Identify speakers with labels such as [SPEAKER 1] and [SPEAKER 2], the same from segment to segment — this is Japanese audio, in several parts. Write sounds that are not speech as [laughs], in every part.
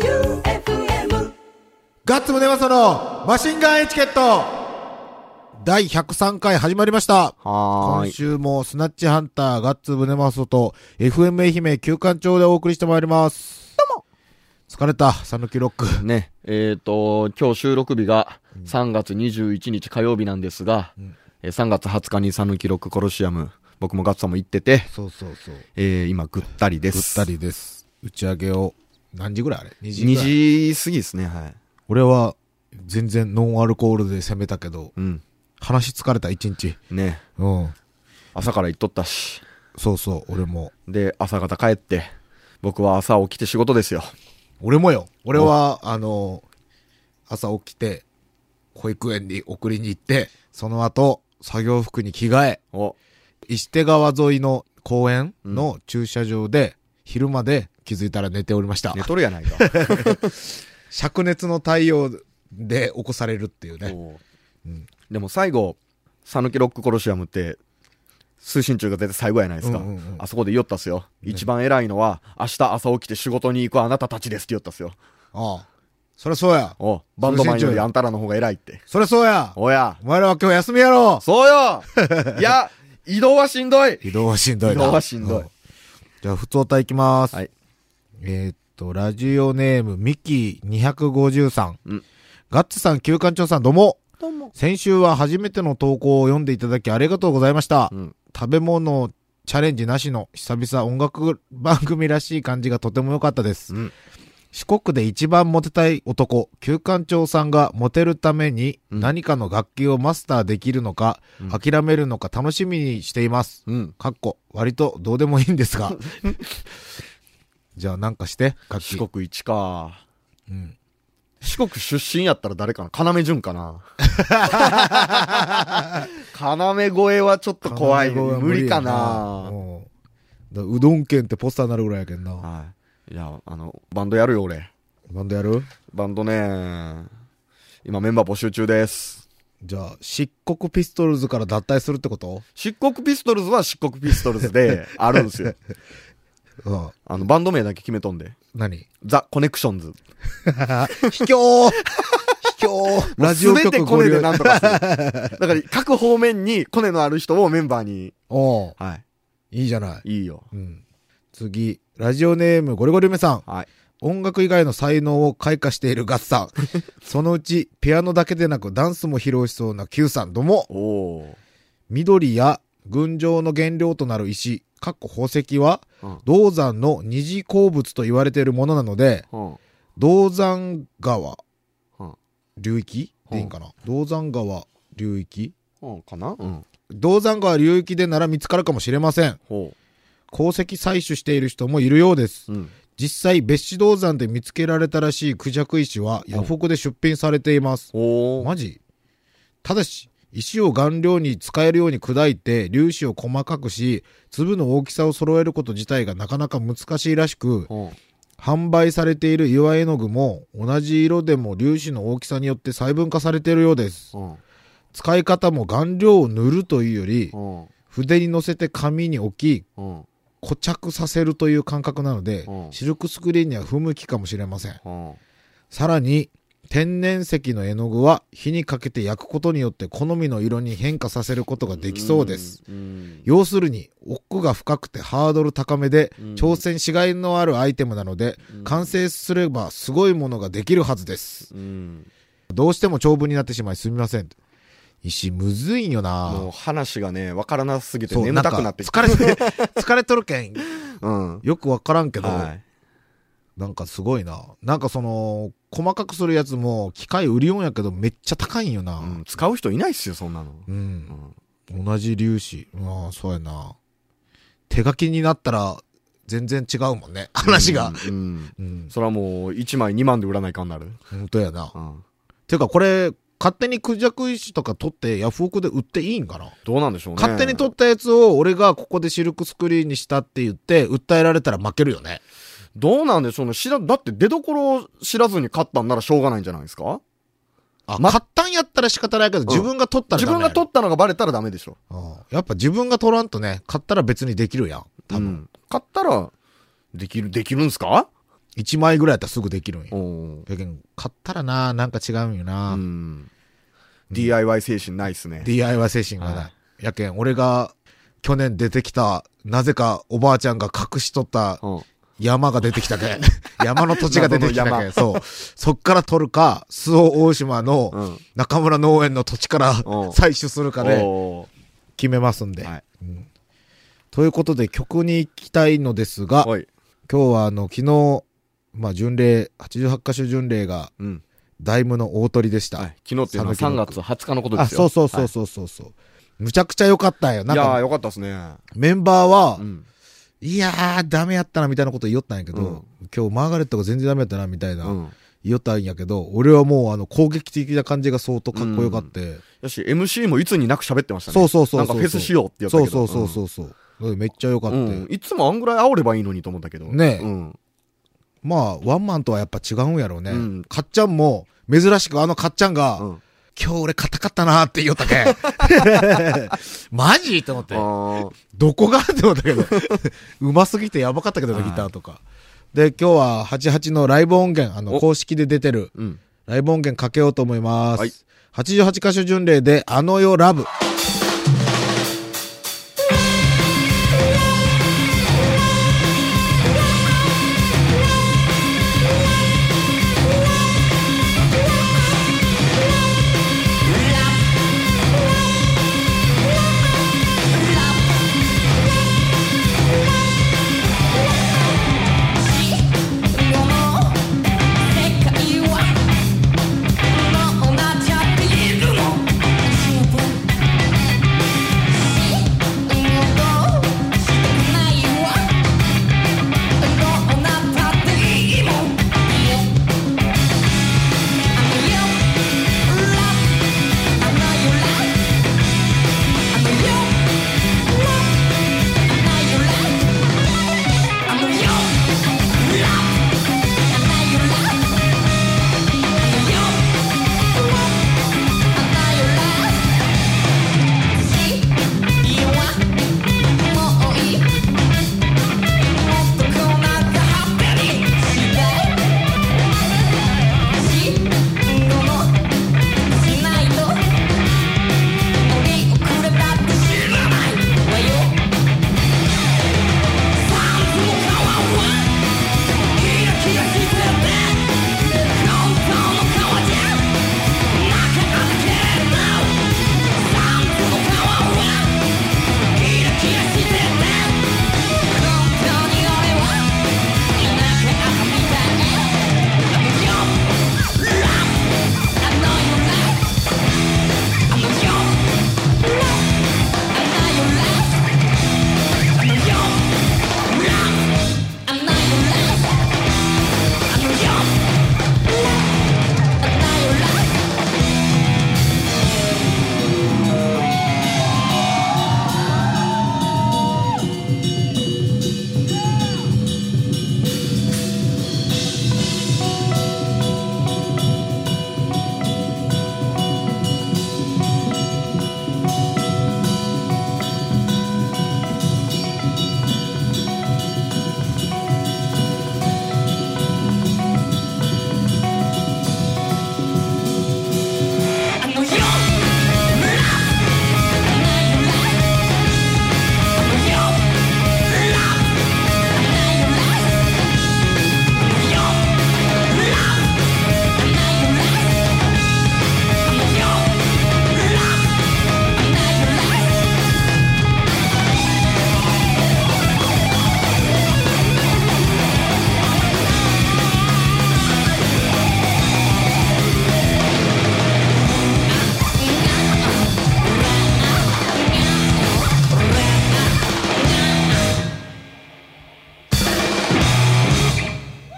[SPEAKER 1] J-O-E-U-F-M
[SPEAKER 2] ガッツムネマソのマシンガンエチケット第103回始まりました。
[SPEAKER 3] はー
[SPEAKER 2] 今
[SPEAKER 3] い。
[SPEAKER 2] 週もスナッチハンターガッツムネマソと FM 愛媛旧館長でお送りしてまいります。どうも疲れた、サヌキロック。
[SPEAKER 3] ね、えっ、と、今日収録日が3月21日火曜日なんですが、えー3月20日にサヌキロックコロシアム、僕もガッツさんも行ってて、
[SPEAKER 2] [laughs] そうそうそう。
[SPEAKER 3] えー今ぐったりで
[SPEAKER 2] ぐっ
[SPEAKER 3] す。
[SPEAKER 2] たりです。打ち上げを、何時ぐらいあれ ?2 時ぐらい。
[SPEAKER 3] 2時過ぎですね、はい。
[SPEAKER 2] 俺は全然ノンアルコールで攻めたけど、
[SPEAKER 3] うん。
[SPEAKER 2] 話疲れた1日。
[SPEAKER 3] ね、
[SPEAKER 2] うん。
[SPEAKER 3] 朝から行っとったし。
[SPEAKER 2] そうそう、俺も。
[SPEAKER 3] で、朝方帰って、僕は朝起きて仕事ですよ。
[SPEAKER 2] 俺もよ。俺は、あの、朝起きて、保育園に送りに行って、その後、作業服に着替え、
[SPEAKER 3] お、
[SPEAKER 2] 石手川沿いの公園の駐車場で、昼まで気づいたら寝ておりました
[SPEAKER 3] 寝。とるやないか。
[SPEAKER 2] 灼熱の太陽で起こされるっていうね。
[SPEAKER 3] おでも最後、サヌキロックコロシアムって、通信中が出て最後やないですか。
[SPEAKER 2] うんうんうん
[SPEAKER 3] あそこで言おったっすよ。一番偉いのは、明日朝起きて仕事に行くあなたたちですって言おったっすよ。
[SPEAKER 2] ああ。そりゃそうや。
[SPEAKER 3] おうバンドマン
[SPEAKER 2] 通信
[SPEAKER 3] よ
[SPEAKER 2] 中
[SPEAKER 3] りあんたらの方が偉いって。
[SPEAKER 2] そりゃそうや。
[SPEAKER 3] おや、
[SPEAKER 2] お前らは今日休みやろ
[SPEAKER 3] そ
[SPEAKER 2] [laughs]
[SPEAKER 3] うよいや、移動はしんどい
[SPEAKER 2] 移動はしんどいな。
[SPEAKER 3] 移動はしんどい
[SPEAKER 2] うんじゃあ、普通歌いきます。
[SPEAKER 3] はい。
[SPEAKER 2] えーっと、ラジオネーム、ミキ253。
[SPEAKER 3] うん
[SPEAKER 2] ガッツさん、旧館長さん、どうも。先週は初めての投稿を読んでいただきありがとうございました。
[SPEAKER 3] うん
[SPEAKER 2] 食べ物チャレンジなしの久々音楽番組らしい感じがとても良かったです。
[SPEAKER 3] うん
[SPEAKER 2] 四国で一番モテたい男、旧館長さんがモテるために
[SPEAKER 3] うん
[SPEAKER 2] 何かの楽器をマスターできるのか、
[SPEAKER 3] うん
[SPEAKER 2] 諦めるのか楽しみにしています。
[SPEAKER 3] うん。
[SPEAKER 2] かっこ、割とどうでもいいんです
[SPEAKER 3] [laughs]
[SPEAKER 2] が。じゃあなんかして、楽器。
[SPEAKER 3] 四国一か。
[SPEAKER 2] うん。
[SPEAKER 3] 四国出身やったら誰かな要潤
[SPEAKER 2] [laughs]
[SPEAKER 3] かな要声はちょっと怖い。
[SPEAKER 2] 金具は
[SPEAKER 3] 無理か
[SPEAKER 2] や
[SPEAKER 3] な
[SPEAKER 2] うんだうどん県ってポスターになるぐらいやけんな。
[SPEAKER 3] はい。いや、あの、バンドやるよ、俺。
[SPEAKER 2] バンドやる
[SPEAKER 3] バンドね、今メンバー募集中です。
[SPEAKER 2] じゃあ、漆黒ピストルズから脱退するってこと
[SPEAKER 3] 漆黒ピストルズは漆黒ピストルズ [laughs] であるんですよ。
[SPEAKER 2] うん。
[SPEAKER 3] あの、バンド名だけ決めとんで。
[SPEAKER 2] 何
[SPEAKER 3] ザ・コネクション [laughs] ズ。
[SPEAKER 2] 卑怯卑怯ラジオ
[SPEAKER 3] 全て
[SPEAKER 2] 局
[SPEAKER 3] コネで
[SPEAKER 2] な
[SPEAKER 3] なんとかする。だから、各方面にコネのある人をメンバーに。
[SPEAKER 2] おう
[SPEAKER 3] はい
[SPEAKER 2] いじゃない。
[SPEAKER 3] い。いいよ。
[SPEAKER 2] うん。次、ラジオネームゴリゴリ梅さん。
[SPEAKER 3] はい。
[SPEAKER 2] 音楽以外の才能を開花しているガッツさん。
[SPEAKER 3] [laughs]
[SPEAKER 2] そのうち、ピアノだけでなくダンスも披露しそうな Q さん、どうも。
[SPEAKER 3] おー。
[SPEAKER 2] 緑や群青の原料となる石、かっこ宝石は、
[SPEAKER 3] うん
[SPEAKER 2] 銅山の二次鉱物と言われているものなので、
[SPEAKER 3] うん。
[SPEAKER 2] 銅山川
[SPEAKER 3] うん
[SPEAKER 2] 流域でいいんかな銅山川流域
[SPEAKER 3] うん、かなうん。
[SPEAKER 2] 銅山川流域でなら見つかるかもしれません。
[SPEAKER 3] ほ
[SPEAKER 2] 鉱石採取している人もいるようです。
[SPEAKER 3] う。うん。
[SPEAKER 2] 実際、別紙銅山で見つけられたらしいクジャク石は、ヤフオクで出品されています。
[SPEAKER 3] おー。
[SPEAKER 2] マジただし、石を顔料に使えるように砕いて、粒子を細かくし、粒の大きさを揃えること自体がなかなか難しいらしく、
[SPEAKER 3] うん。
[SPEAKER 2] 販売されている岩絵の具も、同じ色でも粒子の大きさによって細分化されているようです。
[SPEAKER 3] うん。
[SPEAKER 2] 使い方も顔料を塗るというより
[SPEAKER 3] う、ん。
[SPEAKER 2] 筆に乗せて紙に置き、
[SPEAKER 3] うん。
[SPEAKER 2] 固着させるという感覚なので
[SPEAKER 3] う、ん
[SPEAKER 2] シルクスクリーンには不向きかもしれません。
[SPEAKER 3] うん。
[SPEAKER 2] さらに、天然石の絵の具は火にかけて焼くことによって好みの色に変化させることができそうです。
[SPEAKER 3] うん。
[SPEAKER 2] 要するに、奥が深くてハードル高めで、
[SPEAKER 3] うん
[SPEAKER 2] 挑戦しがいのあるアイテムなので、完成すればすごいものができるはずです。
[SPEAKER 3] うん。
[SPEAKER 2] どうしても長文になってしまいすみません。石むずいんよ
[SPEAKER 3] もう
[SPEAKER 2] な
[SPEAKER 3] 話がね、わからなすぎて
[SPEAKER 2] そう
[SPEAKER 3] 眠たくなってき
[SPEAKER 2] んか疲れて、 [laughs] 疲れとるけん。
[SPEAKER 3] た。うん。
[SPEAKER 2] よくわからんけど、
[SPEAKER 3] はい。
[SPEAKER 2] なんかすごいな。なんかその、細かくするやつも機械売り音やけどめっちゃ高いんよな。
[SPEAKER 3] うん使う人いないっすよ、そんなの。
[SPEAKER 2] うん。同じ粒子。ああ、そうやな。手書きになったら、全然違うもんね。話が。
[SPEAKER 3] うん。うん
[SPEAKER 2] うん。
[SPEAKER 3] それはもう、1枚2万で売らないかんなる。
[SPEAKER 2] 本当やな
[SPEAKER 3] う。ん。
[SPEAKER 2] てかこれ、勝手にクジャク石とか取ってヤフオクで売っていいんかな
[SPEAKER 3] どうなんでしょうね。
[SPEAKER 2] 勝手に取ったやつを俺がここでシルクスクリーンにしたって言って、訴えられたら負けるよね。
[SPEAKER 3] どうなんでしょうね。知ら、だって出所を知らずに買ったんならしょうがないんじゃないですか
[SPEAKER 2] あ、買ったんやったら仕方ないけど、自分が取ったら
[SPEAKER 3] 自
[SPEAKER 2] ダメ
[SPEAKER 3] 分
[SPEAKER 2] やろ
[SPEAKER 3] が取ったのがバレたらダメでしょ。
[SPEAKER 2] ああやっぱ自分が取らんとね、買ったら別にできるやん。多分。
[SPEAKER 3] うん。買ったら、できる、できるんすか
[SPEAKER 2] 1枚ぐらいやったらすぐできるんや。
[SPEAKER 3] おー
[SPEAKER 2] やけん買ったらな、なんか違うんよな。
[SPEAKER 3] うん DIY 精神ないっすね。
[SPEAKER 2] DIY 精神がな。
[SPEAKER 3] はい
[SPEAKER 2] やけん、俺が去年出てきた、なぜかおばあちゃんが隠しとった
[SPEAKER 3] うん
[SPEAKER 2] 山が出てきたけ
[SPEAKER 3] [laughs]
[SPEAKER 2] ん。山の土地が出てきた
[SPEAKER 3] 謎の
[SPEAKER 2] けん。
[SPEAKER 3] 山
[SPEAKER 2] そう。そっから取るか、周防大島の
[SPEAKER 3] うん
[SPEAKER 2] 中村農園の土地から
[SPEAKER 3] ん
[SPEAKER 2] 採取するかで
[SPEAKER 3] お
[SPEAKER 2] 決めますんで
[SPEAKER 3] ー。はい
[SPEAKER 2] ということで曲に行きたいのですが、
[SPEAKER 3] はい。
[SPEAKER 2] 今日はあの、昨日、まあ、巡礼、88カ所巡礼が、
[SPEAKER 3] うん。
[SPEAKER 2] ダイムの大鳥でした。
[SPEAKER 3] はい昨日っていうのは
[SPEAKER 2] 讃岐
[SPEAKER 3] 3
[SPEAKER 2] の
[SPEAKER 3] 月20日のことで
[SPEAKER 2] あ、
[SPEAKER 3] す
[SPEAKER 2] そ
[SPEAKER 3] よ。
[SPEAKER 2] うそうそうそうそうそう、むちゃくちゃ良かったんよ。
[SPEAKER 3] は。
[SPEAKER 2] ないん
[SPEAKER 3] いやー、
[SPEAKER 2] か、
[SPEAKER 3] よかったっすね。
[SPEAKER 2] メンバーは、
[SPEAKER 3] うん。
[SPEAKER 2] いやー、ダメやったな、みたいなこと言おったんやけど、今日マーガレットが全然ダメやったな、みたいな、
[SPEAKER 3] うん
[SPEAKER 2] 言おったんやけど、俺はもう、あの、攻撃的な感じが相当かっこよかって、
[SPEAKER 3] よし、MC もいつになく喋ってましたね。
[SPEAKER 2] そうそうそうそう。
[SPEAKER 3] なんかフェスしようってやった
[SPEAKER 2] そう
[SPEAKER 3] けど。
[SPEAKER 2] そうそうそうそう、うんめっちゃ良かった、
[SPEAKER 3] うん。うん。いつもあんぐらい煽ればいいのにと思ったけど。
[SPEAKER 2] ねえ
[SPEAKER 3] うん。
[SPEAKER 2] まあ、ワンマンとはやっぱ違うんやろうね。
[SPEAKER 3] うん
[SPEAKER 2] かっちゃんも、珍しくあのかっちゃんが、
[SPEAKER 3] うん
[SPEAKER 2] 今日俺硬かったなーって言おったけん。マジと思って
[SPEAKER 3] あ。ー
[SPEAKER 2] どこがって思ったけど。 [laughs] うますぎてやばかったけどね、
[SPEAKER 3] はい
[SPEAKER 2] ギターとか。で、今日は88のライブ音源、あの、
[SPEAKER 3] お
[SPEAKER 2] 公式で出てる
[SPEAKER 3] うん。
[SPEAKER 2] ライブ音源かけようと思います。
[SPEAKER 3] はい
[SPEAKER 2] 88箇所巡礼で、あの世ラブ。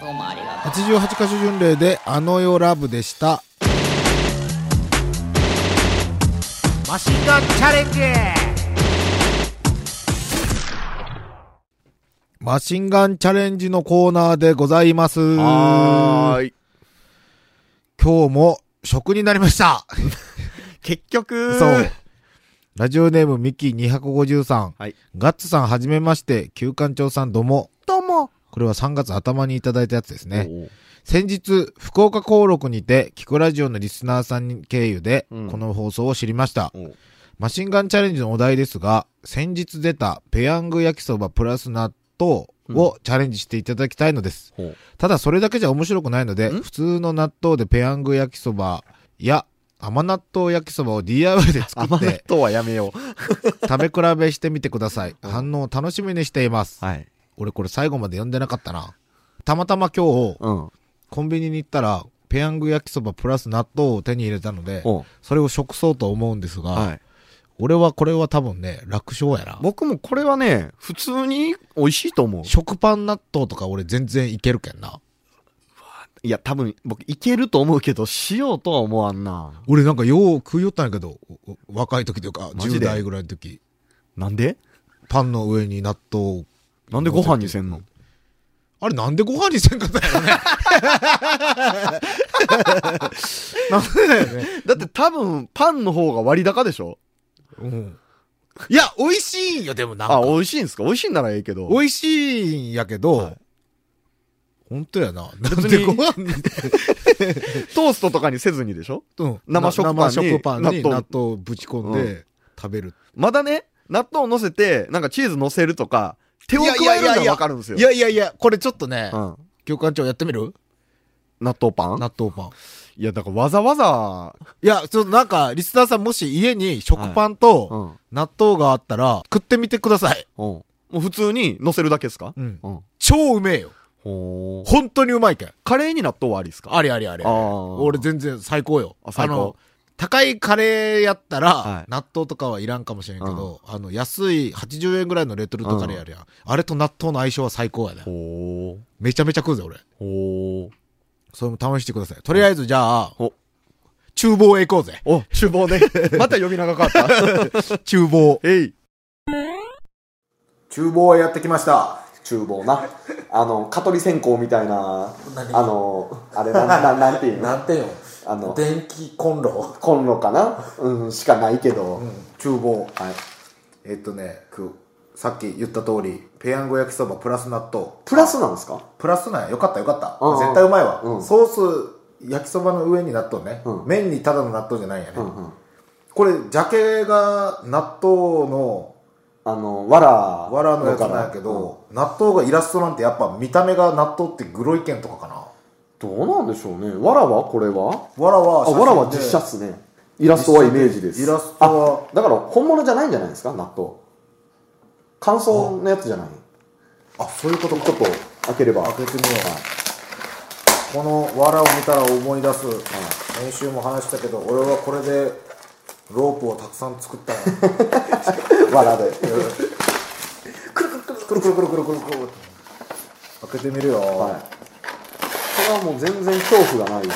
[SPEAKER 2] 88箇所巡礼で、あの世ラブでした。マシンガンチャレンジマシンガンチャレンジのコーナーでございます。
[SPEAKER 3] はーい。
[SPEAKER 2] 今日も食になりました。
[SPEAKER 3] 結局、
[SPEAKER 2] そう。ラジオネームミキ253。
[SPEAKER 3] はい
[SPEAKER 2] ガッツさんはじめまして、旧館長さんどうも。
[SPEAKER 3] どうも。
[SPEAKER 2] これは3月頭にいただいたやつですね。
[SPEAKER 3] おう
[SPEAKER 2] 先日、福岡公録にて、キクラジオのリスナーさん経由で、
[SPEAKER 3] うん
[SPEAKER 2] この放送を知りました。
[SPEAKER 3] おう
[SPEAKER 2] マシンガンチャレンジのお題ですが、先日出たペヤング焼きそばプラス納豆をチャレンジしていただきたいのです。
[SPEAKER 3] ほう
[SPEAKER 2] ただそれだけじゃ面白くないので、
[SPEAKER 3] ん
[SPEAKER 2] 普通の納豆でペヤング焼きそばや甘納豆焼きそばを DIY で作
[SPEAKER 3] [laughs] 甘
[SPEAKER 2] って
[SPEAKER 3] 納豆はやめよう。
[SPEAKER 2] 食べ比べしてみてください。反応を楽しみにしています。
[SPEAKER 3] はい。
[SPEAKER 2] 俺これ最後まで読んでなかったな。たまたま今日、
[SPEAKER 3] うん。
[SPEAKER 2] コンビニに行ったら、ペヤング焼きそばプラス納豆を手に入れたので、
[SPEAKER 3] おう
[SPEAKER 2] それを食そうと思うんですが、
[SPEAKER 3] はい。
[SPEAKER 2] 俺はこれは多分ね、楽勝やな。
[SPEAKER 3] 僕もこれはね、普通に美味しいと思う。
[SPEAKER 2] 食パン納豆とか俺全然いけるけんな。
[SPEAKER 3] いや、多分、僕、いけると思うけど、しようとは思わんな。
[SPEAKER 2] 俺なんかよう食いよったんやけど、おお若い時というか、
[SPEAKER 3] マジ
[SPEAKER 2] 10
[SPEAKER 3] で
[SPEAKER 2] 代ぐらいの時、
[SPEAKER 3] なんで
[SPEAKER 2] パンの上に納豆を
[SPEAKER 3] なんでご飯にせんの
[SPEAKER 2] あれなんでご飯にせんかったんやろね。
[SPEAKER 3] なんでだよね。 [laughs] だって多分、パンの方が割高でしょ [laughs]
[SPEAKER 2] うん。いや、美味しいんよ、でもなんか。
[SPEAKER 3] あ、美味しいんすか美味しいんならええけど。
[SPEAKER 2] 美味しいんやけど、
[SPEAKER 3] はい
[SPEAKER 2] 本当やな。なん
[SPEAKER 3] 別
[SPEAKER 2] で
[SPEAKER 3] に
[SPEAKER 2] ご飯に、
[SPEAKER 3] トーストとかにせずにでしょ
[SPEAKER 2] うん
[SPEAKER 3] 生食パンに
[SPEAKER 2] 生食パンに
[SPEAKER 3] 納豆
[SPEAKER 2] 納豆をぶち込んで食べる。
[SPEAKER 3] まだね、納豆を乗せて、なんかチーズ乗せるとか、手を加えるのはわかるんですよ。
[SPEAKER 2] いやいやいや、これちょっとね
[SPEAKER 3] う、ん。
[SPEAKER 2] 教官長やってみる
[SPEAKER 3] 納豆パン
[SPEAKER 2] 納豆パン。
[SPEAKER 3] いや、だからわざわざ、
[SPEAKER 2] いや、ちょっとなんか、リスナーさんもし家に食パンと
[SPEAKER 3] ん。
[SPEAKER 2] 納豆があったら、食ってみてください。
[SPEAKER 3] もう普通に乗せるだけですか
[SPEAKER 2] うん。
[SPEAKER 3] うん。
[SPEAKER 2] 超うめえよ。
[SPEAKER 3] ほー。
[SPEAKER 2] 本当にうまいけん。
[SPEAKER 3] カレーに納豆はありですか
[SPEAKER 2] ありありありあり。
[SPEAKER 3] あー
[SPEAKER 2] 俺全然最高よ。
[SPEAKER 3] あ最高
[SPEAKER 2] の、高いカレーやったら、
[SPEAKER 3] はい
[SPEAKER 2] 納豆とかはいらんかもしれんけど、あの、安い80円ぐらいのレトルトカレーあるやん。あれと納豆の相性は最高やね。
[SPEAKER 3] ほー。
[SPEAKER 2] めちゃめちゃ食うぜ、俺。
[SPEAKER 3] ほー。
[SPEAKER 2] それも試してください。とりあえず、じゃあ
[SPEAKER 3] お、
[SPEAKER 2] 厨房へ行こ [laughs] うぜ。
[SPEAKER 3] お、厨房ね。 [laughs] また呼び名が変わった。
[SPEAKER 2] 厨房。
[SPEAKER 3] [laughs] えい。
[SPEAKER 4] 厨房へやってきました
[SPEAKER 3] 厨房な。あの、蚊取り線香みたいな、あの、あれ [laughs] な、ななんていうの
[SPEAKER 4] なんてよ
[SPEAKER 3] あの、
[SPEAKER 4] 電気コンロ
[SPEAKER 3] コンロかなうん、しかないけど。
[SPEAKER 2] 厨房。
[SPEAKER 3] はい。
[SPEAKER 2] えっとね、くさっき言った通り、ペヤング焼きそばプラス納豆。
[SPEAKER 3] プラスなんですか
[SPEAKER 2] プラスなんや。よかったよかった
[SPEAKER 3] うんう。ん
[SPEAKER 2] 絶対うまいわ。
[SPEAKER 3] うん
[SPEAKER 2] ソース、焼きそばの上に納豆ね。
[SPEAKER 3] うん
[SPEAKER 2] 麺にただの納豆じゃないんやね。
[SPEAKER 3] うんうん。
[SPEAKER 2] これ、ジャケが納豆の
[SPEAKER 3] あの、わら。
[SPEAKER 2] わらのやつなんやけど、納豆がイラストなんてやっぱ見た目が納豆ってグロイケンとかかな。
[SPEAKER 3] どうなんでしょうね。わらはこれは
[SPEAKER 2] わら
[SPEAKER 3] あ、
[SPEAKER 2] は
[SPEAKER 3] わらは実写っすね。イラストはイメージです。
[SPEAKER 2] イラストは
[SPEAKER 3] あだから本物じゃないんじゃないですか、納豆。乾燥のやつじゃない。
[SPEAKER 2] あ、そういうことか
[SPEAKER 3] ちょっと開ければ。
[SPEAKER 2] 開けてみよう。このわらを見たら思い出す。先週も話したけど、俺はこれでロープをたくさん作ったよ。
[SPEAKER 3] [laughs] わらで。
[SPEAKER 2] くるくるくるくるくるくる開けてみるよ、
[SPEAKER 3] はい。これはもう全然恐怖がないよ。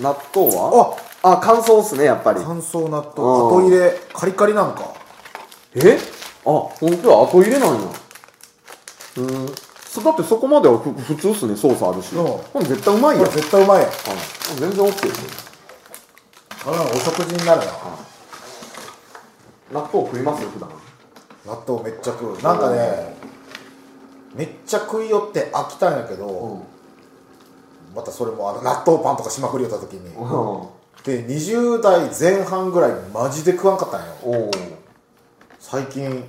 [SPEAKER 3] 納豆はああ、乾燥っすね、やっぱり。
[SPEAKER 2] 乾燥納
[SPEAKER 3] う
[SPEAKER 2] 豆後
[SPEAKER 3] ん
[SPEAKER 2] 入れカリカリなんか
[SPEAKER 3] えあ、本当は後入れなんや。うん。そだってそこまではふ普通っすね、ソースあるし。
[SPEAKER 2] うん
[SPEAKER 3] これ絶対うまい
[SPEAKER 2] こ
[SPEAKER 3] や
[SPEAKER 2] れ
[SPEAKER 3] ん。
[SPEAKER 2] 絶対うまいよ
[SPEAKER 3] うん全然 OK ですよ。
[SPEAKER 2] あらお食事になるな
[SPEAKER 3] 納豆食いますよ、普段。
[SPEAKER 2] 納豆めっちゃ食うなんかねめっちゃ食いよって飽きたんやけど、またそれもあの納豆パンとかしまくりよった時に、
[SPEAKER 3] お
[SPEAKER 2] で20代前半ぐらいにマジで食わんかったんよ
[SPEAKER 3] お
[SPEAKER 2] 最近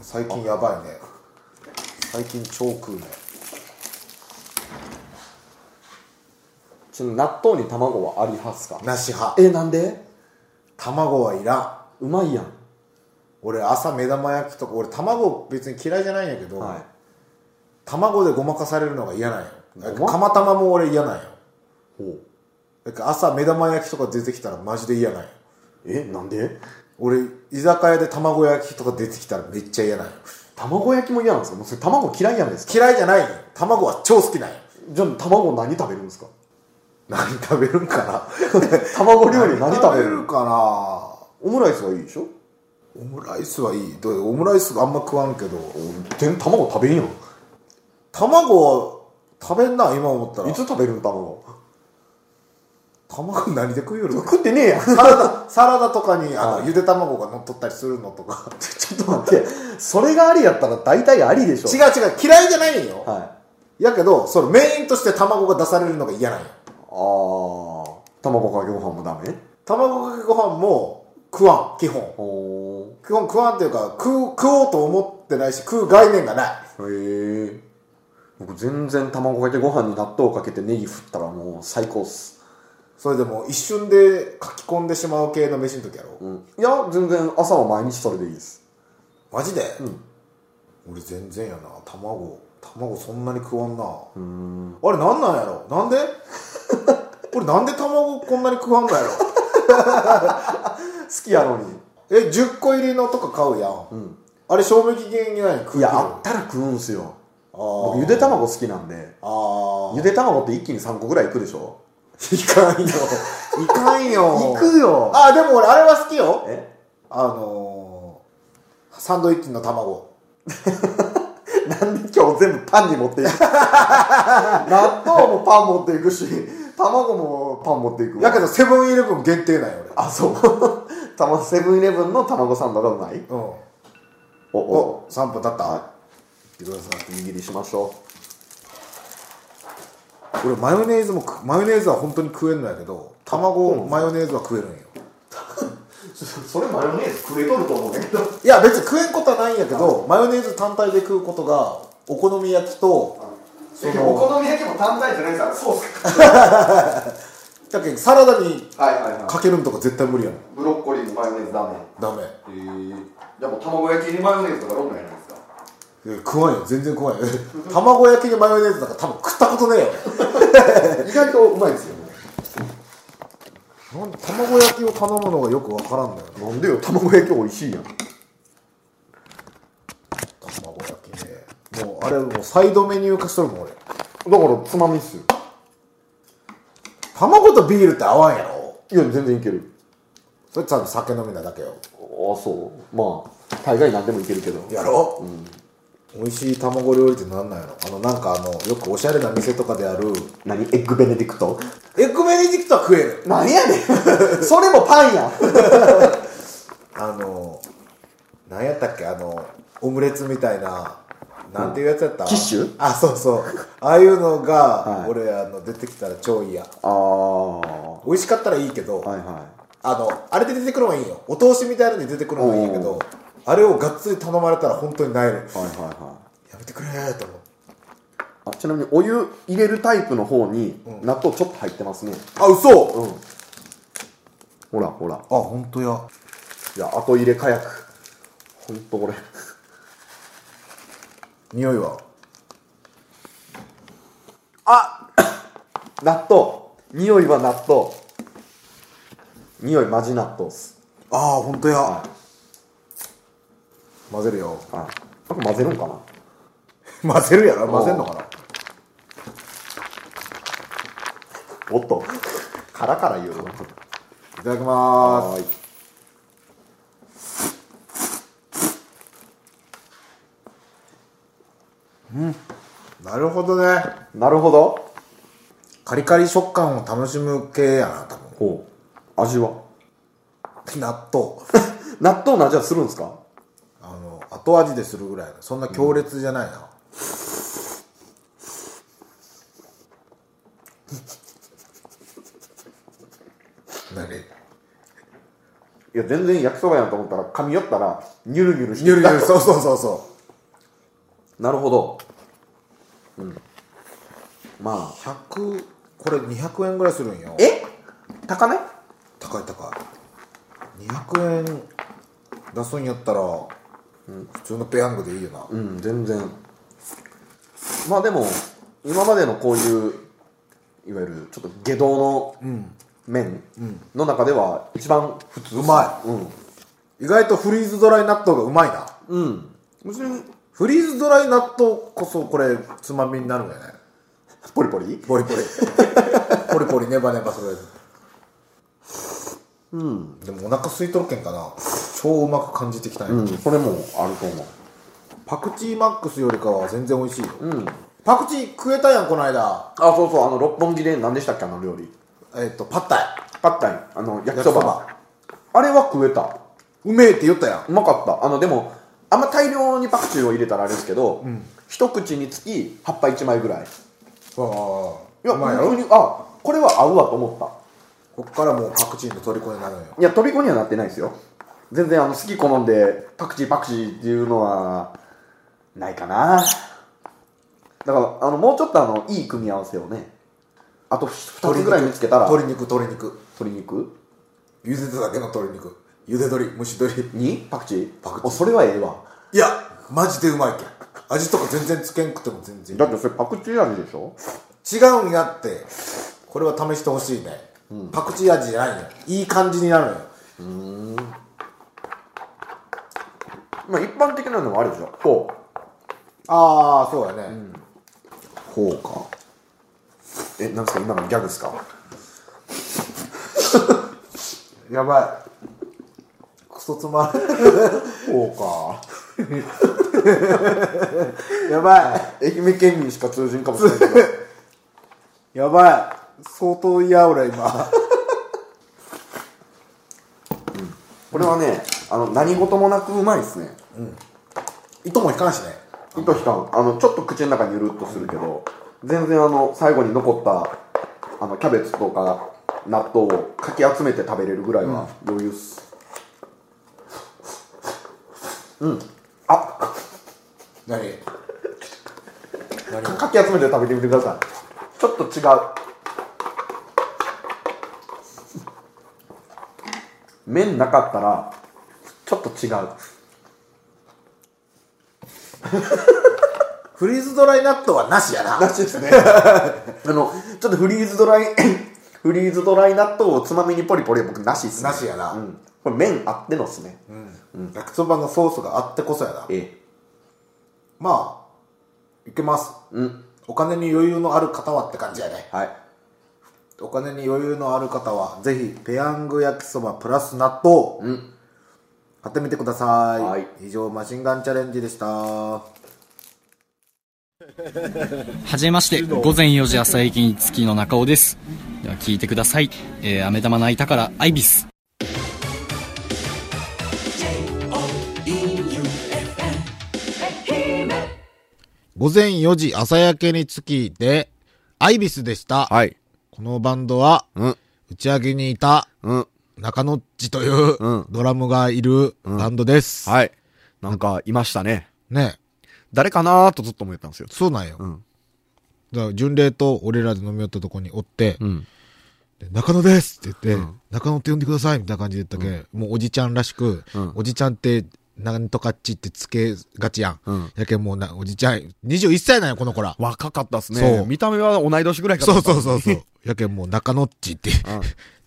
[SPEAKER 2] 最近やばいね最近超食うね
[SPEAKER 3] ちなみに納豆に卵はありますか
[SPEAKER 2] なし派
[SPEAKER 3] え、なんで
[SPEAKER 2] 卵はいらん
[SPEAKER 3] うまいやん。
[SPEAKER 2] 俺朝目玉焼きとか俺卵別に嫌いじゃないんやけど、
[SPEAKER 3] はい。
[SPEAKER 2] 卵でごまかされるのが嫌なんよなん
[SPEAKER 3] ご
[SPEAKER 2] か
[SPEAKER 3] ま
[SPEAKER 2] 釜玉も俺嫌なんよだから朝目玉焼きとか出てきたらマジで嫌なんよ
[SPEAKER 3] え、なんで
[SPEAKER 2] 俺居酒屋で卵焼きとか出てきたらめっちゃ嫌なんよ
[SPEAKER 3] 卵焼きも嫌なんですかもうそれ卵嫌いやんですか
[SPEAKER 2] 嫌いじゃないよ卵は超好きなんよ
[SPEAKER 3] じゃあ卵何食べるんですか
[SPEAKER 2] 何食べるんかな
[SPEAKER 3] 卵料理何食べる
[SPEAKER 2] か
[SPEAKER 3] オムライスはいいでしょ
[SPEAKER 2] なオムライスはいいどうオムライスがあんま食わんけど
[SPEAKER 3] 全卵食べんやん。
[SPEAKER 2] 卵は食べんな今思ったら
[SPEAKER 3] いつ食べるん卵。
[SPEAKER 2] 卵何で食うよる
[SPEAKER 3] 食ってねえやん
[SPEAKER 2] サラダ、サラダとかに、あ
[SPEAKER 3] は
[SPEAKER 2] の、ゆで卵が乗っとったりするのとか。
[SPEAKER 3] [laughs] ちょっと待ってそれがありやったら大体ありでしょ
[SPEAKER 2] 違う違う、嫌いじゃないんよ。
[SPEAKER 3] はい
[SPEAKER 2] やけど、そのメインとして卵が出されるのが嫌なんよ。
[SPEAKER 3] ああ卵かけご飯もダメ
[SPEAKER 2] 卵かけご飯も食わん、基本。
[SPEAKER 3] お
[SPEAKER 2] 基本食わんっていうか、食う、食おうと思ってないし、食う概念がない。
[SPEAKER 3] ーへえ僕全然卵かけご飯に納豆かけてネギ振ったらもう最高っす、
[SPEAKER 2] それでもう一瞬で書き込んでしまう系の飯の時やろ。
[SPEAKER 3] うん、いや全然朝は毎日それでいいです
[SPEAKER 2] マジで、
[SPEAKER 3] ん
[SPEAKER 2] 俺全然やな卵卵そんなに食わんな
[SPEAKER 3] うーん
[SPEAKER 2] あれなんなんやろなん
[SPEAKER 3] [laughs]
[SPEAKER 2] で俺なんで卵こんなに食わんのやろ
[SPEAKER 3] 好きやのに
[SPEAKER 2] え10個入りのとか買うやん、
[SPEAKER 3] うん
[SPEAKER 2] あれ賞味期限以内に食う
[SPEAKER 3] い
[SPEAKER 2] い
[SPEAKER 3] やあったら食うんすよ
[SPEAKER 2] あ
[SPEAKER 3] 僕
[SPEAKER 2] ー
[SPEAKER 3] ゆで卵好きなんで
[SPEAKER 2] あー
[SPEAKER 3] ゆで卵って一気に3個ぐらいいくでしょ
[SPEAKER 2] いかんよいかんよ
[SPEAKER 3] いくよ
[SPEAKER 2] あでも俺あれは好きよ
[SPEAKER 3] え
[SPEAKER 2] あのー、サンドイッチの卵
[SPEAKER 3] なんで今日全部パンに持っていく [laughs] 納豆もパン持っていくし卵もパン持っていくわ
[SPEAKER 2] やけどセブンイレブン限定なんよ
[SPEAKER 3] あそう [laughs] たまセブンイレブンの卵サンドがうまい
[SPEAKER 2] 俺うん
[SPEAKER 3] お
[SPEAKER 2] お
[SPEAKER 3] お
[SPEAKER 2] 3分経った、
[SPEAKER 3] はい
[SPEAKER 2] ってください
[SPEAKER 3] 握りしましょう
[SPEAKER 2] 俺マヨネーズも食マヨネーズは本当に食えるんだけど卵、
[SPEAKER 3] うん
[SPEAKER 2] マヨネーズは食えるんよ
[SPEAKER 3] それマヨネーズ食えとると思うねんけど
[SPEAKER 2] いや別に食えんことはないんやけどマヨネーズ単体で食うことがお好み焼きとその
[SPEAKER 3] 好み焼きも単体じゃないですからそうっすか
[SPEAKER 2] だけどサラダに
[SPEAKER 3] はいはいはい
[SPEAKER 2] かけるんとか絶対無理やもん
[SPEAKER 3] ブロッコリーにマヨネーズダメ
[SPEAKER 2] ダメ
[SPEAKER 3] えじゃあもう卵焼きにマヨネーズとかロングやないですか
[SPEAKER 2] いや食わんよ全然食わんよ卵焼きにマヨネーズなんか多分食ったことねえよ
[SPEAKER 3] [laughs] 意外とうまいですよ
[SPEAKER 2] なんで卵焼きを頼むのがよくわからんだよな
[SPEAKER 3] なんでよ卵焼き美味しいやん
[SPEAKER 2] 卵焼きねもうあれもうサイドメニュー化しとるもん俺
[SPEAKER 3] だからつまみっすよ
[SPEAKER 2] 卵とビールって合わんやろ
[SPEAKER 3] いや全然いける
[SPEAKER 2] それ多分酒飲みなだけよ
[SPEAKER 3] あそうまあ大概何でもいけるけど
[SPEAKER 2] やろ、美味しい卵料理ってなんなんやろあのなんかあのよくおしゃれな店とかである
[SPEAKER 3] 何エッグベネディクト
[SPEAKER 2] エッグベネディクトは食える
[SPEAKER 3] 何やねん [laughs] それもパンやん
[SPEAKER 2] あのなんやったっけあのオムレツみたいななんていうやつやった、
[SPEAKER 3] キッシュ
[SPEAKER 2] あそうそうああいうのが、
[SPEAKER 3] はい
[SPEAKER 2] 俺あの出てきたら超嫌
[SPEAKER 3] ああは
[SPEAKER 2] 美味しかったらいいけど、
[SPEAKER 3] いは
[SPEAKER 2] あのあれで出てくるのはいいよお通しみたいなのに出てくるのはいいけどあれをがっつり頼まれたら本当に萎える
[SPEAKER 3] いはいはいはい
[SPEAKER 2] やめてくれーと思う
[SPEAKER 3] あちなみにお湯入れるタイプの方に納豆ちょっと入ってますね、
[SPEAKER 2] あ嘘、あ
[SPEAKER 3] ほらほら
[SPEAKER 2] 本当や
[SPEAKER 3] いや後入れ火薬ほんとこれ
[SPEAKER 2] 匂いは
[SPEAKER 3] 納豆匂いは納豆匂いマジ納豆っす
[SPEAKER 2] ああ本当や、
[SPEAKER 3] は
[SPEAKER 2] 混ぜるよ
[SPEAKER 3] いはいなんか混ぜるんかな
[SPEAKER 2] [laughs] 混ぜるやろ混ぜんのかな
[SPEAKER 3] おっとカラカラ言う
[SPEAKER 2] いただきまーす
[SPEAKER 3] はい
[SPEAKER 2] なるほどね
[SPEAKER 3] なるほど
[SPEAKER 2] カリカリ食感を楽しむ系やな多
[SPEAKER 3] ほう味は
[SPEAKER 2] 分納豆
[SPEAKER 3] 納豆の味はするんですか
[SPEAKER 2] あの後味でするぐらいのそんな強烈じゃないな、何
[SPEAKER 3] いや全然焼きそばやんと思ったら噛み寄ったらニュルニュルして
[SPEAKER 2] ゆるゆるそうそうそうそ
[SPEAKER 3] なるほどうんま
[SPEAKER 2] う100これ200円ぐらいするんよ
[SPEAKER 3] あえ高め
[SPEAKER 2] 高い高い200円出すんやったら、普通のペヤングでいいよな、
[SPEAKER 3] うん全然まあでも今までのこういういわゆるちょっと下道の麺の中では一番普通
[SPEAKER 2] うま
[SPEAKER 3] いうん
[SPEAKER 2] 意外とフリーズドライ納豆がうまいな
[SPEAKER 3] うん別に
[SPEAKER 2] フリーズドライ納豆こそこれつまみになるんじゃない
[SPEAKER 3] ポリポリ
[SPEAKER 2] ポリポリポリポリネバネバするやつうんでもお腹空いとるけんかな超うまく感じてきたんや、
[SPEAKER 3] うんそれもあると思う
[SPEAKER 2] パクチーマックスよりかは全然美味しいよ、
[SPEAKER 3] うん
[SPEAKER 2] パクチー食えたやんこの間
[SPEAKER 3] あそうそうあの六本木で何でしたっけあの料理
[SPEAKER 4] えっとパッタイ
[SPEAKER 5] パッタイあの焼きそばあれは食えた
[SPEAKER 4] うめえって言ったやん
[SPEAKER 5] うまかったあのでもあんま大量にパクチーを入れたらあれですけど、一口につき葉っぱ1枚ぐらいい
[SPEAKER 4] ああ
[SPEAKER 5] や
[SPEAKER 4] うまいや
[SPEAKER 5] 普通
[SPEAKER 4] ろ
[SPEAKER 5] にあこれは合うわと思った
[SPEAKER 4] こっからもうパクチーの虜になるのよ
[SPEAKER 5] いや、虜にはなってないですよ。全然、あの、好き好んで、パクチーパクチーっていうのは、ないかな。だから、あの、もうちょっとあの、いい組み合わせをね、あと2つぐらい見つけたら、
[SPEAKER 4] 鶏肉鶏肉
[SPEAKER 5] 鶏肉
[SPEAKER 4] 茹でただけの鶏肉茹で鶏蒸し鶏
[SPEAKER 5] にパクチー
[SPEAKER 4] パクチー
[SPEAKER 5] おそれはええわ。
[SPEAKER 4] いやマジでうまいけん味とか全然つけんくても全然
[SPEAKER 5] だってそれパクチー味でしょ
[SPEAKER 4] 違うんやってこれは試してほしいね、パクチー味じゃないのよいい感じになるのよ
[SPEAKER 5] まあ、一般的なのはあれでしょほう。
[SPEAKER 4] ああそうやね、
[SPEAKER 5] ほうか。え、なんですか今のギャグですか
[SPEAKER 4] [laughs] やばいクソつまら
[SPEAKER 5] ほうか。
[SPEAKER 4] ん [laughs] やばい
[SPEAKER 5] 愛媛県民しか通じんかもしれないけど。
[SPEAKER 4] [laughs] やばい相当嫌俺今
[SPEAKER 5] これはね、あの、何事もなくうまいですね。
[SPEAKER 4] 糸も引かんしね
[SPEAKER 5] 糸引かんあのちょっと口の中にゆるっとするけど全然あの最後に残ったあのキャベツとか納豆をかき集めて食べれるぐらいは余裕っすうん、あ
[SPEAKER 4] 何何
[SPEAKER 5] かき集めて食べてみてくださいちょっと違う麺なかったらちょっと違う
[SPEAKER 4] フリーズドライ納豆はなしやな
[SPEAKER 5] らしいですね [laughs] あのちょっとフリーズドライ [laughs] フリーズドライ納豆をつまみにポリポリは僕なしっすね
[SPEAKER 4] なしやな、
[SPEAKER 5] うん、これ麺あってのっすね、
[SPEAKER 4] 焼きそばのソースがあってこそやな
[SPEAKER 5] ええ
[SPEAKER 4] まあいけます、
[SPEAKER 5] うん
[SPEAKER 4] お金に余裕のある方はって感じやね
[SPEAKER 5] はい
[SPEAKER 4] お金に余裕のある方はぜひペヤング焼きそばプラス納豆、
[SPEAKER 5] うん
[SPEAKER 4] 買ってみてください、
[SPEAKER 5] はい
[SPEAKER 4] 以上マシンガンチャレンジでした
[SPEAKER 6] はじめまして、午前4時朝駅に月の中尾です。では聞いてください。えー、飴玉泣いたから、アイビス。
[SPEAKER 2] 午前4時朝焼けにつきで、アイビスでした。
[SPEAKER 3] はい。
[SPEAKER 2] このバンドは、
[SPEAKER 3] うん。
[SPEAKER 2] 打ち上げにいた
[SPEAKER 3] うん。
[SPEAKER 2] 中野っちという
[SPEAKER 3] うん
[SPEAKER 2] ドラムがいるバンドです。
[SPEAKER 3] はい。なんか、いましたね。
[SPEAKER 2] ね
[SPEAKER 3] 誰かなーとずっと思ってたんですよ。
[SPEAKER 2] そうなんよ。
[SPEAKER 3] うん
[SPEAKER 2] だから、巡礼と俺らで飲み寄ったとこにおって、
[SPEAKER 3] うん。
[SPEAKER 2] で中野ですって言って、中野って呼んでくださいみたいな感じで言ったけ、もうおじちゃんらしく、
[SPEAKER 3] うん
[SPEAKER 2] おじちゃんって、なんとかっちってつけがちやん。
[SPEAKER 3] うん
[SPEAKER 2] やけんもうな、おじちゃん、21歳なんよ、この子ら。
[SPEAKER 3] 若かったっすね。
[SPEAKER 2] そう
[SPEAKER 3] 見た目は同い年ぐらいかと
[SPEAKER 2] そう
[SPEAKER 3] 思った
[SPEAKER 2] そうそうそう。やけんもう中野っちって、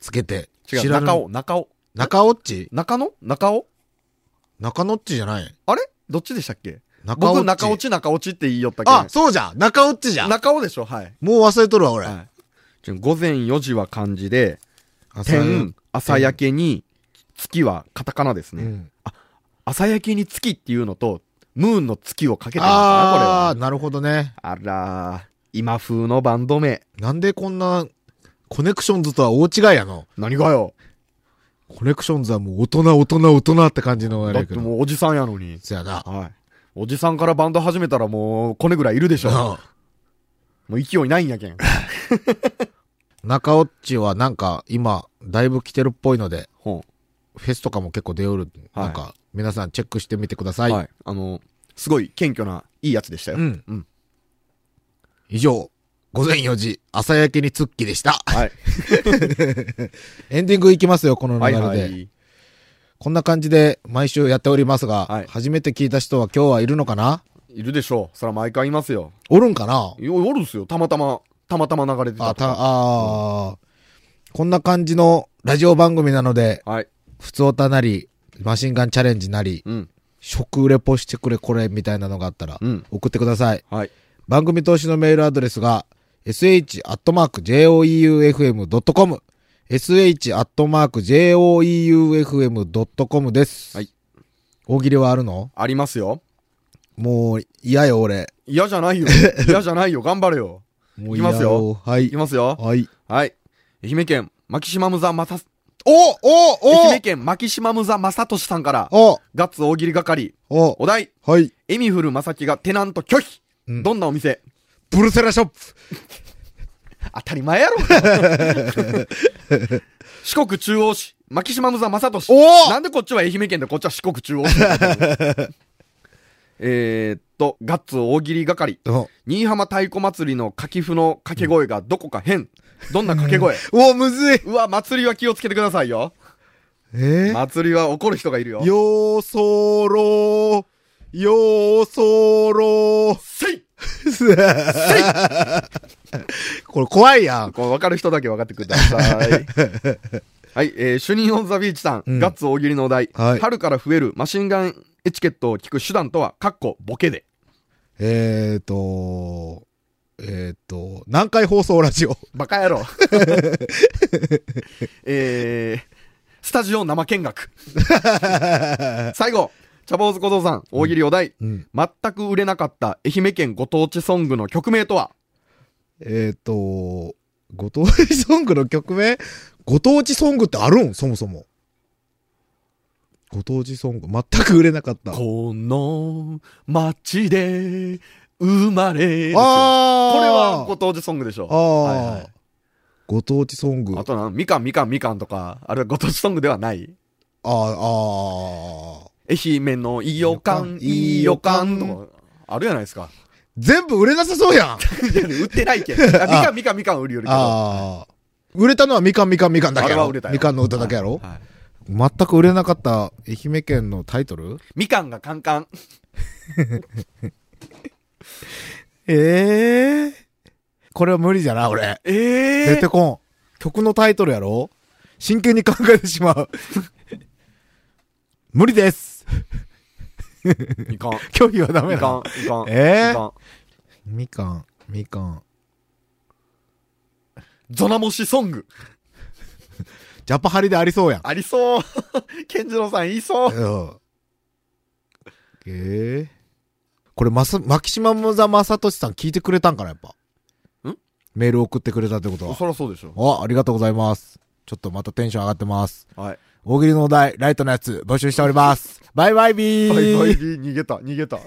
[SPEAKER 2] つけて。
[SPEAKER 3] [laughs] 違う、
[SPEAKER 2] らぬ
[SPEAKER 3] 中尾、中尾。
[SPEAKER 2] 中尾っち
[SPEAKER 3] 中野中尾
[SPEAKER 2] 中野っちじゃない
[SPEAKER 3] あれどっちでしたっけ
[SPEAKER 2] 中尾っち
[SPEAKER 3] 僕、中落ち、中落ちって言いよったっけ
[SPEAKER 2] あ、そうじゃん中尾っちじゃん
[SPEAKER 3] 中尾でしょはい。
[SPEAKER 2] もう忘れとるわ、俺。
[SPEAKER 3] はい。ちょ午前4時は漢字で、
[SPEAKER 2] 朝
[SPEAKER 3] 天、朝焼けに、月はカタカナです
[SPEAKER 2] う
[SPEAKER 3] ね。
[SPEAKER 2] ん。
[SPEAKER 3] 朝焼けに月っていうのと、ムーンの月をかけてるの
[SPEAKER 2] あー、
[SPEAKER 3] か
[SPEAKER 2] なるほどね。
[SPEAKER 3] な、これは。あらー、今風のバンド名。
[SPEAKER 2] なんでこんな、コネクションズとは大違いやの。
[SPEAKER 3] 何がよ。
[SPEAKER 2] コネクションズはもう大人、大人、大人って感じのあれ
[SPEAKER 3] だっ
[SPEAKER 2] やけ
[SPEAKER 3] て
[SPEAKER 2] ど。
[SPEAKER 3] もうおじさんやのに。
[SPEAKER 2] そやな。 [laughs]
[SPEAKER 3] はい。おじさんからバンド始めたらもう、コネぐらいいるでしょ。もう勢いないんやけん。
[SPEAKER 2] 中尾っちはなんか今、だいぶ来てるっぽいので、
[SPEAKER 3] ほ
[SPEAKER 2] フェスとかも結構出おる。
[SPEAKER 3] はい
[SPEAKER 2] なんか、皆さんチェックしてみてくださ
[SPEAKER 3] う
[SPEAKER 2] い。
[SPEAKER 3] はい。あの、すごい謙虚な、いいやつでしたよ。
[SPEAKER 2] うん
[SPEAKER 3] うん。
[SPEAKER 2] 以上、午前4時、朝焼けにツッキーでした。
[SPEAKER 3] はい。
[SPEAKER 2] [laughs] エンディングいきますよ、この
[SPEAKER 3] は
[SPEAKER 2] 流
[SPEAKER 3] い
[SPEAKER 2] れで。
[SPEAKER 3] はい。
[SPEAKER 2] こんな感じで毎週やっておりますが、
[SPEAKER 3] はい
[SPEAKER 2] 初めて聞いた人は今日はいるのかない
[SPEAKER 3] るでしょう。そら毎回いますよ。
[SPEAKER 2] おるんかない
[SPEAKER 3] やおるっすよ。たまたま、たまたま流れてた
[SPEAKER 2] あ、
[SPEAKER 3] とか
[SPEAKER 2] た、あー、こんな感じのラジオ番組なので、
[SPEAKER 3] はい。
[SPEAKER 2] 普通歌なり、マシンガンチャレンジなり、
[SPEAKER 3] うん。
[SPEAKER 2] 食レポしてくれこれみたいなのがあったら
[SPEAKER 3] うん、
[SPEAKER 2] 送ってください。
[SPEAKER 3] はい。
[SPEAKER 2] 番組投資のメールアドレスが、sh.joeufm.com、sh.joeufm.com です。
[SPEAKER 3] はい
[SPEAKER 2] 大喜利はあるの
[SPEAKER 3] ありますよ。
[SPEAKER 2] もう嫌よ、俺。 [laughs]
[SPEAKER 3] 嫌じゃないよ。嫌じゃないよ。頑張れよ。
[SPEAKER 2] もう
[SPEAKER 3] いきますよ
[SPEAKER 2] 嫌。はい
[SPEAKER 3] いき。ますよ。
[SPEAKER 2] はい。
[SPEAKER 3] はい。愛媛県、マキシマムザマサ、
[SPEAKER 2] おお
[SPEAKER 3] 愛
[SPEAKER 2] お
[SPEAKER 3] 媛県、マキシマムザマサトシさんから、
[SPEAKER 2] お
[SPEAKER 3] ガッツ大喜利係、
[SPEAKER 2] お
[SPEAKER 3] お題、
[SPEAKER 2] はい。
[SPEAKER 3] エミフルマサキがテナント拒否、
[SPEAKER 2] うん
[SPEAKER 3] どんなお店
[SPEAKER 2] ブルセラショップ
[SPEAKER 3] 当たり前 [laughs] やろ四国中央市、マキシマムザマサトシ。
[SPEAKER 2] おー
[SPEAKER 3] なんでこっちは愛媛県でこっちは四国中央 [laughs] 市なんだろうえーっと、ガッツ大喜利係。
[SPEAKER 2] お
[SPEAKER 3] 新居浜太鼓祭りの柿譜の掛け声がどこか変。どんな掛け声
[SPEAKER 2] おむずい。
[SPEAKER 3] [laughs] うわ、祭りは気をつけてくださいよ。
[SPEAKER 2] え
[SPEAKER 3] 祭りは怒る人がいるよ。
[SPEAKER 2] ー、よーそろー、よーそろー。
[SPEAKER 3] せい
[SPEAKER 2] これ怖いやん。
[SPEAKER 3] こう分かる人だけ分かってく
[SPEAKER 2] [laughs]
[SPEAKER 3] ださい。はい、えー、主任オンザビーチさん、
[SPEAKER 2] うん
[SPEAKER 3] ガッツ大喜利のお題、
[SPEAKER 2] はい
[SPEAKER 3] 春から増えるマシンガンエチケットを聞く手段とは、かっこボケで。
[SPEAKER 2] えーとえーと、南海放送ラジオ。
[SPEAKER 3] バカ
[SPEAKER 2] [laughs]
[SPEAKER 3] 野郎。えー、スタジオ生見
[SPEAKER 2] [laughs]
[SPEAKER 3] 学。最後、茶坊主小僧さん、大喜利お題、
[SPEAKER 2] うん。
[SPEAKER 3] 全く売れなかった愛媛県ご当地ソングの曲名とは、
[SPEAKER 2] えーとご当地ソングの曲名ご当地ソングってあるんそもそも。ご当地ソング。全く売れなかった。
[SPEAKER 3] この街で生まれですよ。
[SPEAKER 2] あー
[SPEAKER 3] これはご当地ソングでしょ。
[SPEAKER 2] ああ、
[SPEAKER 3] はいはい
[SPEAKER 2] ご当地ソング。
[SPEAKER 3] あ
[SPEAKER 2] あ
[SPEAKER 3] とな、みかんみかんみかんとか、あれはご当地ソングではない。
[SPEAKER 2] あ、ああ。
[SPEAKER 3] 愛媛のいいよかん、いいよかんとか、あるやないですか。
[SPEAKER 2] 全部売れなさそうやんあ
[SPEAKER 3] [laughs] いや売ってないけ [laughs] ん。あみかんみかんみかん売るよりけど
[SPEAKER 2] あ。売れたのはみかんみかんみかんだけや
[SPEAKER 3] あれは
[SPEAKER 2] ろ
[SPEAKER 3] 売れたよ
[SPEAKER 2] みかんの歌だけやろ、
[SPEAKER 3] はい
[SPEAKER 2] 全く売れなかった愛媛県のタイトル
[SPEAKER 3] みかんがカンカン。
[SPEAKER 2] ええこれは無理じゃな、俺。
[SPEAKER 3] え
[SPEAKER 2] 出
[SPEAKER 3] え
[SPEAKER 2] てこん。曲のタイトルやろ真剣に考えてしま
[SPEAKER 3] [laughs]
[SPEAKER 2] う。無理です。
[SPEAKER 3] みかん。
[SPEAKER 2] 拒否はダメ
[SPEAKER 3] み
[SPEAKER 2] だ
[SPEAKER 3] かん。、みかん。
[SPEAKER 2] えー
[SPEAKER 3] みか
[SPEAKER 2] みか
[SPEAKER 3] ん
[SPEAKER 2] ん、みかん。
[SPEAKER 3] ゾナモシソング。
[SPEAKER 2] ジャパハリでありそうやん。
[SPEAKER 3] ありそう。 [laughs] ケンジロウさん言いそう。
[SPEAKER 2] うん。ええこれ、まさ、マキシマムザマサトシさん聞いてくれたんかな、やっぱ。
[SPEAKER 3] ん
[SPEAKER 2] メール送ってくれたってことは。
[SPEAKER 3] そりゃそうでしょ。
[SPEAKER 2] あ、ありがとうございます。ちょっとまたテンション上がってます。
[SPEAKER 3] はい。
[SPEAKER 2] 大喜利のお題、ライトのやつ、募集しております。バイバイビー
[SPEAKER 3] バイバイビー逃げた、逃げた。